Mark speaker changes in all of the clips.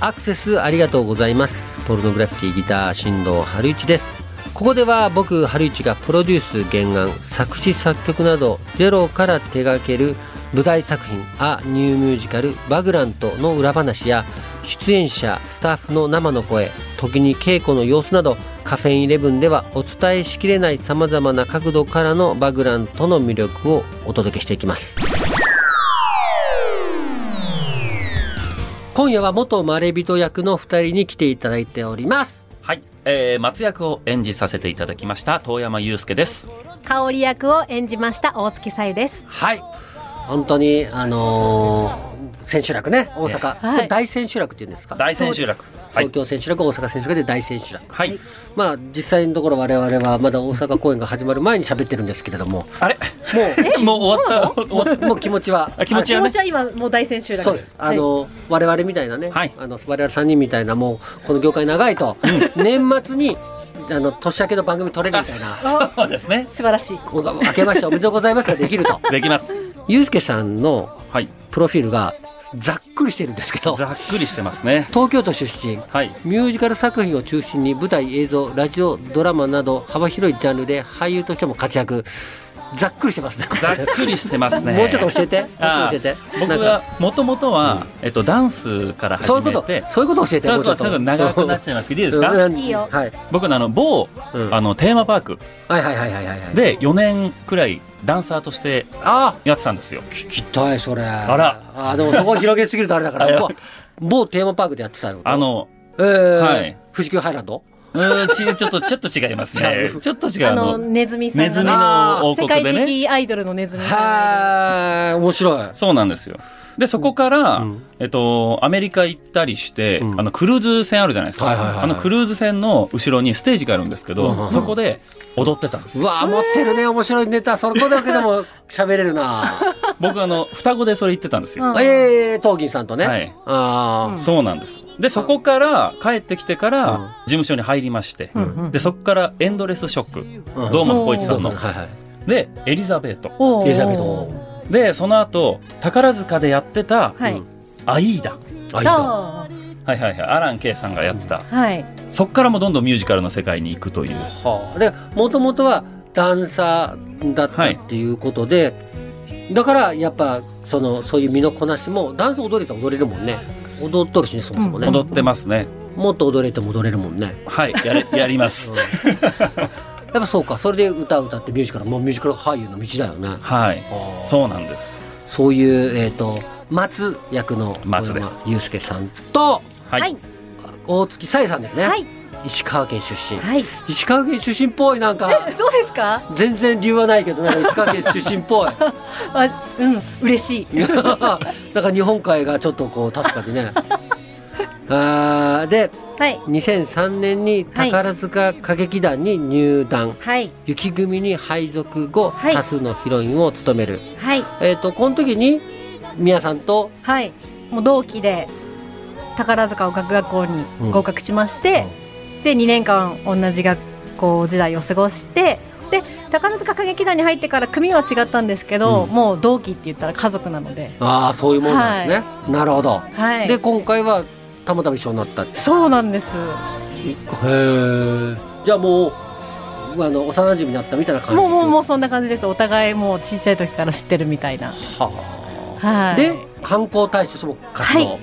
Speaker 1: アクセスありがとうございますポルノグラフィティギター新藤春一ですここでは僕春一がプロデュース原案作詞作曲などゼロから手掛ける舞台作品「ア・ニューミュージカル・バグラント」の裏話や出演者スタッフの生の声時に稽古の様子などカフェインイレブンではお伝えしきれないさまざまな角度からのバグラントの魅力をお届けしていきます今夜は元まれびと役の2人に来ていただいております
Speaker 2: はい、えー、松役を演じさせていただきました遠山雄介です。
Speaker 3: 香り役を演じました大月さゆです。
Speaker 2: はい、
Speaker 1: 本当にあのー千秋楽ね大阪、
Speaker 3: はい
Speaker 1: これ大千秋楽っていうんですか
Speaker 2: 大千秋楽。はい
Speaker 1: 東、京千秋楽大阪千秋楽で大千秋楽
Speaker 2: はい、
Speaker 1: まあ実際のところ我々はまだ大阪公演が始まる前に喋ってるんですけれども
Speaker 2: あれ、
Speaker 1: も
Speaker 2: もう終わった、終わっ
Speaker 1: うもう気持ちは
Speaker 2: あ気持ち
Speaker 3: 気
Speaker 2: はね
Speaker 3: 持ちは今もう大選手だ
Speaker 1: そうです。あの、我々みたいなね、
Speaker 2: はい
Speaker 1: あの我々三人みたいなもうこの業界長いと、年末にあの年明けの番組取れるみたいな。
Speaker 2: た。そうですね。
Speaker 3: 素晴らしい。
Speaker 1: お明けましておめでとうございますができると。
Speaker 2: できます。
Speaker 1: ゆうすけさんの
Speaker 2: はい、
Speaker 1: プロフィールがざっくりしてるんですけど、
Speaker 2: ざっくりしてますね。
Speaker 1: 東京都出身。
Speaker 2: はい、
Speaker 1: ミュージカル作品を中心に舞台、映像、ラジオ、ドラマなど幅広いジャンルで俳優としても活躍。ざっくりしてますね。
Speaker 2: ざっくりしてますね。
Speaker 1: もうちょっと教えて。もうちょっ
Speaker 2: あ
Speaker 1: と教えて
Speaker 2: ー。僕
Speaker 1: なんか
Speaker 2: はもともとは、えっとダンスから始
Speaker 1: そういう
Speaker 2: め
Speaker 1: こと
Speaker 2: て、。
Speaker 1: そういうこと教えて。
Speaker 2: そういう
Speaker 1: も
Speaker 2: ことは
Speaker 1: うち
Speaker 2: す
Speaker 1: ょっと
Speaker 2: ぐ長くなっちゃいますけどいいです
Speaker 1: うん
Speaker 2: か？
Speaker 1: うん
Speaker 3: いいよ
Speaker 1: はい。
Speaker 2: 僕のあの某
Speaker 1: うん
Speaker 2: あのテーマパーク
Speaker 1: はいはいはいはいはいはい。
Speaker 2: で4年くらいダンサーとして
Speaker 1: あ
Speaker 2: やってたんですよ。
Speaker 1: 聞きたいそれ。あ
Speaker 2: ら。
Speaker 1: あでもそこを広げすぎるとあれだか
Speaker 2: あ
Speaker 1: ら。
Speaker 2: れ
Speaker 1: もう某テーマパークでやってたの。
Speaker 2: あ。の
Speaker 1: えー、
Speaker 2: はい
Speaker 1: 富士急ハイランド。
Speaker 2: うーんちちょっとちょっと違いますね
Speaker 1: 違う。
Speaker 2: ちょっと違う
Speaker 3: あ
Speaker 2: あの
Speaker 3: のネズミさん
Speaker 2: ネ
Speaker 3: が
Speaker 2: ズミ
Speaker 3: ね
Speaker 2: の王国
Speaker 3: 世界
Speaker 2: でね。
Speaker 3: 的アイドルのネズミさん。
Speaker 1: はい。面白い。
Speaker 2: そうなんですよ。で、そこから、
Speaker 1: うん
Speaker 2: えっと、アメリカ行ったりして、
Speaker 1: うん
Speaker 2: あの、クルーズ船あるじゃないですか。
Speaker 1: はいはいはいはい
Speaker 2: あの、クルーズ船の後ろにステージがあるんですけ
Speaker 1: う
Speaker 2: ど、
Speaker 1: んうんうん
Speaker 2: そこで踊ってたんです
Speaker 1: う
Speaker 2: よ。
Speaker 1: わ持ってるね面白いネタそこだけでも喋れるな。
Speaker 2: 僕、あの、双子でそれ行ってたんですよ。
Speaker 3: うん
Speaker 1: ええー、東銀さんとね。
Speaker 2: はい
Speaker 1: ああ。
Speaker 2: そうなんです。で、そこから、帰ってきてか
Speaker 1: う
Speaker 2: ら
Speaker 1: ん、
Speaker 2: 事務所に入りまして、
Speaker 3: うんうん
Speaker 2: で、そこから、エンドレスショック。堂
Speaker 3: も
Speaker 2: 本光一さんの。
Speaker 1: はいはい。
Speaker 2: で、エリザベート。
Speaker 3: おー
Speaker 1: エリザベート。
Speaker 2: で、その後、宝塚でやってた、
Speaker 3: は
Speaker 1: う
Speaker 3: い
Speaker 1: ん。
Speaker 2: アイーダ。
Speaker 1: あいいな
Speaker 3: あー
Speaker 2: はいはいはい。アラン・ケイさんがやってた。
Speaker 3: はい。
Speaker 2: そこからもどんどんミュージカルの世界に行くという。
Speaker 1: はあ、でもともとはダンサーだったっていうことで、だからやっぱそのそういう身のこなしもダンス踊れたら踊れるもんね踊っとるしねそもそもね、
Speaker 2: 踊ってますね。
Speaker 1: もっと踊れても踊れるもんね、
Speaker 2: はい、やれやります
Speaker 1: う。んやっぱそうかそれで歌歌ってミュージカルもうミュージカル俳優の道だよね
Speaker 2: はい、
Speaker 1: あそ
Speaker 2: そうなんです。
Speaker 1: そういうえっ、と松役の
Speaker 2: 松です
Speaker 1: 小山祐介さんと
Speaker 2: はい、
Speaker 3: はい
Speaker 1: 大月沙耶さんですね、
Speaker 3: はい
Speaker 1: 石川県出身
Speaker 3: はい。
Speaker 1: 石川県出身っぽいなんか
Speaker 3: えそうですか？
Speaker 1: 全然理由はないけどなんか石川県出身っぽい
Speaker 3: あうん嬉しい。
Speaker 1: いやだから日本海がちょっとこう確かにね あーで
Speaker 3: はい
Speaker 1: 2003年に宝塚歌劇団に入団、
Speaker 3: はい
Speaker 1: 雪組に配属後、
Speaker 3: はい
Speaker 1: 多数のヒロインを務める
Speaker 3: はい
Speaker 1: えっ、とこの時に宮さんと
Speaker 3: はい。もう同期で宝塚音楽学校に合格しまして、で2年間同じ学校時代を過ごしてで宝塚歌劇団に入ってから組は違ったんですけど、
Speaker 1: うん
Speaker 3: もう同期って言ったら家族なので、
Speaker 1: ああそういうもんなんですね、なるほど、
Speaker 3: はい、
Speaker 1: で今回はたまたま一緒になったって
Speaker 3: そうなんです
Speaker 1: へえじゃあもうあの幼馴染になったみたいな感じ
Speaker 3: もうもうも
Speaker 1: う
Speaker 3: うそんな感じですお互いもう小さい時から知ってるみたいな、
Speaker 1: は
Speaker 3: は
Speaker 1: あ
Speaker 3: い、
Speaker 1: で観光大使としても活動、
Speaker 3: はい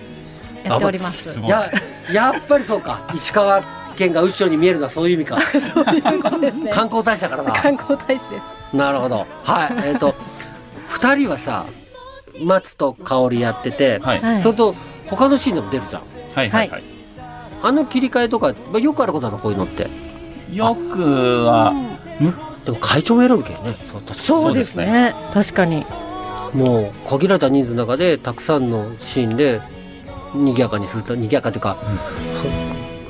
Speaker 3: やっております
Speaker 2: すごい
Speaker 1: いや、やっぱりそうか。石川県が後ろに見えるのはそういう意 味か。
Speaker 3: そういうことですね
Speaker 1: 観光大使だからな。
Speaker 3: 観光大使です
Speaker 1: なるほど。はい。えっ、と、二人はさ、松と香りやってて、
Speaker 2: はい、はい、
Speaker 3: はい
Speaker 1: それと他のシーンでも出るじゃん。
Speaker 2: はい、
Speaker 3: はい
Speaker 2: はい。
Speaker 1: あの切り替えとか、まあ、よくあることなのこういうのって。
Speaker 2: よくは、
Speaker 1: でも会長も選ぶけんね。そう確かに
Speaker 3: そうですね確かに
Speaker 1: もう限られた人数の中でたくさんのシーンで賑やかにするた賑やかというか、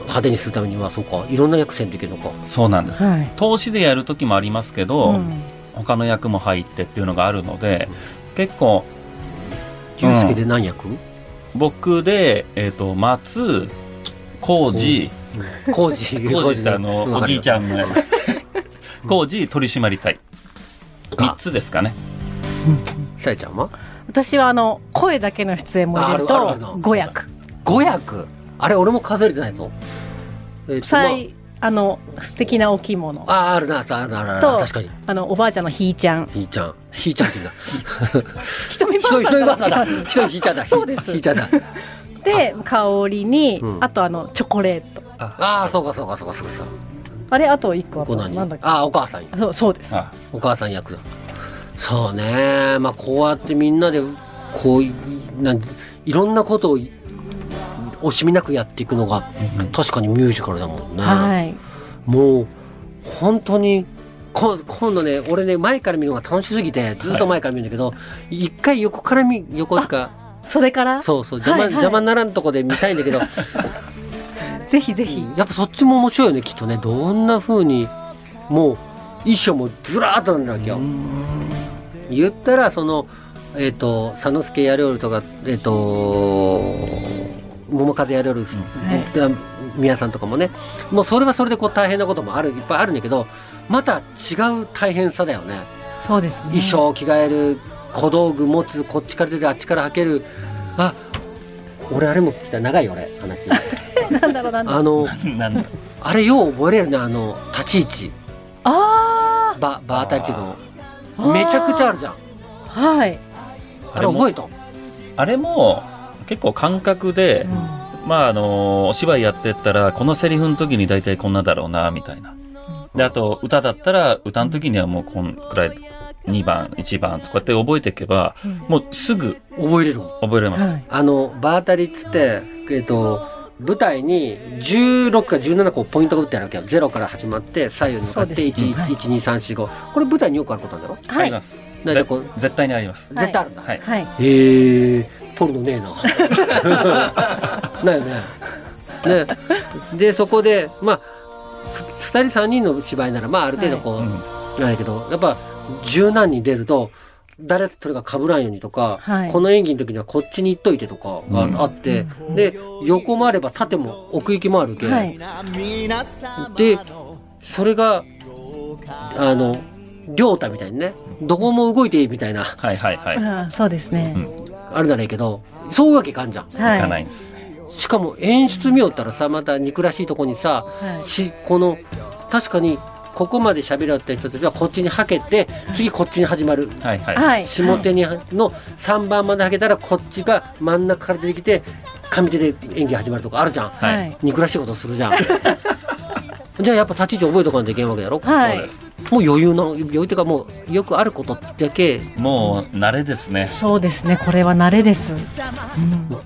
Speaker 1: 派手にするためにはそうかいろんな役せんといけんのか。
Speaker 2: そうなんです。
Speaker 3: はい、
Speaker 2: 投資でやる時もありますけど、
Speaker 3: うん
Speaker 2: 他の役も入ってっていうのがあるので、結構
Speaker 1: ゆうすけで何 役？
Speaker 2: 僕でえっ、と松浩二
Speaker 1: コージ、
Speaker 2: 浩二ってあの、おじいち
Speaker 1: ゃん。
Speaker 2: ゃんの浩二取締りたい三つですかね。
Speaker 1: さえちゃんは
Speaker 3: 私はあの声だけの出演も入れる
Speaker 1: ああるあるある
Speaker 3: と
Speaker 1: な
Speaker 3: 5役
Speaker 1: 五役あれ俺も数えれてないぞえーとまあ
Speaker 3: 最あの素敵な大きいものあ
Speaker 1: あーあるなあるなあるなあるな
Speaker 3: と
Speaker 1: 確かに
Speaker 3: のおばあちゃんのひーちゃん
Speaker 1: ひーちゃんひーちゃんって言うんだ
Speaker 3: 一目
Speaker 1: ひと
Speaker 3: ば
Speaker 1: りひとり
Speaker 3: あ
Speaker 1: ば
Speaker 3: さ
Speaker 1: さ
Speaker 3: んだ
Speaker 1: だ ひとりひーちゃんだひ
Speaker 3: そうで
Speaker 1: ひ
Speaker 3: す
Speaker 1: ーちゃんだ
Speaker 3: で香りに、
Speaker 1: うん
Speaker 3: あとあのチョコレート
Speaker 1: ああそうかそうかそうかそうかそうか
Speaker 3: あれあと一個あ
Speaker 1: こ
Speaker 3: と
Speaker 1: う何
Speaker 3: なんだっけ
Speaker 1: あーお母さん
Speaker 3: あそうそうです
Speaker 2: あ
Speaker 1: お母さん役だそうねまあこうやってみんなでこういなんいろんなことをい惜しみなくやっていくのが
Speaker 2: うん
Speaker 1: 確かにミュージカルだもんね、
Speaker 3: はい
Speaker 1: もう本当にこ今度ね俺ね前から見るのが楽しすぎてずっと前から見るんだけど、一回横から見横っていうか
Speaker 3: それから
Speaker 1: そうそう邪魔,、
Speaker 3: はいはい
Speaker 1: 邪魔にならんとこで見たいんだ けど
Speaker 3: ぜひぜひ
Speaker 1: やっぱそっちも面白いよねきっとねどんな風にもう衣装もずらーっとなんだわけよ、言ったらそのえっ、と佐之助やりおるとかえっ、と桃風やりおる、で宮さんとかもねもうそれはそれでこう大変なこともあるいっぱいあるんだけどまた違う大変さだよね
Speaker 3: そうですね
Speaker 1: 衣装を着替える小道具持つこっちから出てあっちから履けるあ俺あれも聞きたい長いよ俺話
Speaker 3: なんだろうなんだろ
Speaker 1: あ
Speaker 3: う
Speaker 1: の
Speaker 2: なんだ
Speaker 1: あれよう覚えれるねあの立ち位置
Speaker 3: あ
Speaker 1: ババータイっていう
Speaker 3: あー
Speaker 1: のめちゃくちゃあるじゃん
Speaker 3: ーはい、
Speaker 1: あれ覚えた
Speaker 2: あれも結構感覚で、まああのお芝居やってったらこのセリフの時に大体こんなだろうなみたいなであと歌だったら歌の時にはもうこんくらい2番1番とかって覚えていけば
Speaker 3: うん
Speaker 2: もうすぐ
Speaker 1: 覚えれるもん
Speaker 2: 覚えれます、
Speaker 3: はい
Speaker 1: あのバータリっつって、えっと舞台に16か17個ポイントが打ってあるわけよ0から始まって左右に向かっ
Speaker 3: そう
Speaker 1: て
Speaker 3: で
Speaker 2: うん
Speaker 3: はい
Speaker 1: 123455これ舞台によくあることなんだろ
Speaker 2: あ
Speaker 3: は
Speaker 2: り
Speaker 3: い
Speaker 2: ます
Speaker 1: 大体こう
Speaker 2: 絶対にあります
Speaker 1: 絶対あるんだ、
Speaker 2: はい
Speaker 3: はい
Speaker 1: へえポルノねえなないよねねでそこでまあ2人3人の芝居ならまあある程度こう、
Speaker 2: うん
Speaker 1: なんやけどやっぱ柔軟に出ると誰とそれが被らんようにとか、
Speaker 3: はい
Speaker 1: この演技の時にはこっちに行っといてとかがあって、で横もあれば縦も奥行きもあるけ、
Speaker 3: はい
Speaker 1: でそれがあの亮太みたいにねどこも動いていいみたいな
Speaker 2: はいはいはい、い
Speaker 3: あーそうですね、
Speaker 1: あれならいいけどそういうわけいかんじゃん。
Speaker 3: はい
Speaker 2: かないんです
Speaker 1: しかも演出見よったらさまた憎らしいとこにさ
Speaker 3: はい
Speaker 1: しこの確かにここまで喋られた人たちはこっちにはけて次こっちに始まる
Speaker 2: はいはい、
Speaker 3: はい
Speaker 1: 下手にの3番まで上げたらこっちが真ん中から出てきて上手で演技始まるとかあるじゃん
Speaker 2: はい
Speaker 3: はい
Speaker 1: 憎らしいことするじ ゃんじゃあやっぱ立ち位置覚えとかなきゃいけんわけだろ、
Speaker 3: はい
Speaker 2: そうです
Speaker 1: もう余裕の余裕っていうかもうよくあることだけ
Speaker 2: もう慣れですね
Speaker 3: そうですねこれは慣れです、うん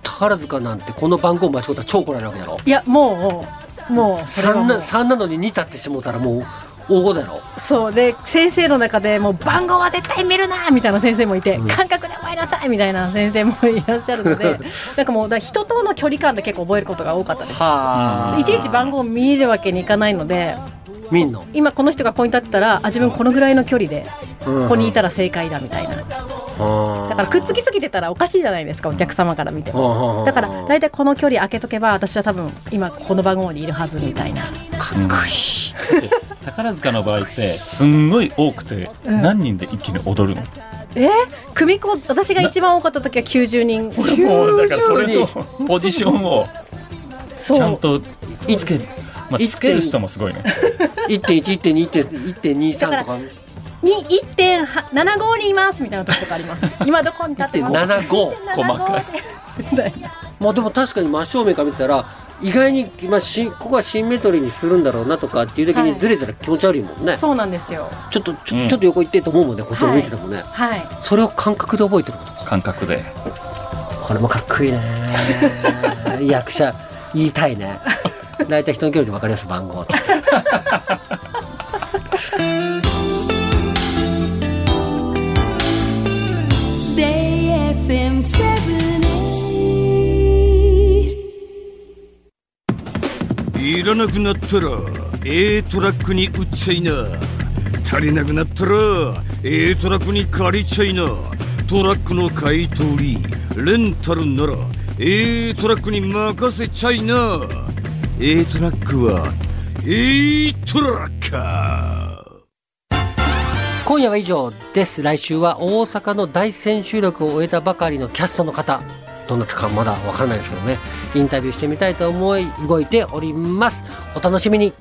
Speaker 1: 宝塚なんてこの番号間違ったら超怒られるわけだろ
Speaker 3: いやもうもうそれは
Speaker 1: 3
Speaker 3: も
Speaker 1: な
Speaker 3: う
Speaker 1: 三なのに2立ってしもうたらもう大ごだろ
Speaker 3: そうで先生の中でもう番号は絶対見るなみたいな先生もいて、
Speaker 1: うん
Speaker 3: 感覚で覚えなさいみたいな先生もいらっしゃるのでなんかもうだから人との距離感で結構覚えることが多かったです
Speaker 1: はあ
Speaker 3: いちいち番号を見るわけにいかないので
Speaker 1: 見んの、
Speaker 3: 今この人がここに立ったらあ自分このぐらいの距離でここにいた
Speaker 1: ら
Speaker 3: ら正解だみたいなだ
Speaker 1: だ
Speaker 3: からくっつきすぎてたらおかしいじゃないですかお客様から見ても
Speaker 1: だ
Speaker 3: だから大体この距離開けとけば私は多分今この番号にいるはずみたいな
Speaker 1: かっこい
Speaker 2: 宝塚の場合ってすんごい多くて
Speaker 3: うん
Speaker 2: 何人で一気に踊るの、
Speaker 3: えー組子私が一番多かった時は90人
Speaker 2: もうだからそれ
Speaker 1: 90
Speaker 2: のポジションを
Speaker 3: そ
Speaker 2: ちゃん
Speaker 3: う
Speaker 2: と
Speaker 1: いつけ
Speaker 2: まあ、つける人もすごいね。
Speaker 1: 1.1.2.1.23とか
Speaker 3: に1.75にいますみたいなとことかあります。今どこに立ってます。
Speaker 1: 1.75
Speaker 2: 細かい
Speaker 3: い。
Speaker 1: まあでも確かに真正面から見てたら意外に、まあ、しここはシンメトリーにするんだろうなとかっていう時
Speaker 3: は
Speaker 1: に
Speaker 3: い
Speaker 1: ずれたら気持ち悪いもんね、
Speaker 3: そうなんですよ。
Speaker 1: ちょっとちょ,、
Speaker 2: うん
Speaker 1: ちょっと横行ってと思うもんねこっちも見ててもね、
Speaker 3: はい。
Speaker 1: それを感覚で覚えてることか
Speaker 2: 感覚で。
Speaker 1: これもかっ こいいね役者言いたいね大体人の距離で分かります番号って
Speaker 4: Day FM 78.
Speaker 5: いらなくなったら A トラックに売っちゃいな足りなくなったら A トラックに借りちゃいなトラックの買い取りレンタルなら A トラックに任せちゃいな A トラックは A トラッカー
Speaker 1: 今夜は以上です来週は大阪の大千秋楽を終えたばかりのキャストの方どなたかまだわからないですけどねインタビューしてみたいと思い動いておりますお楽しみに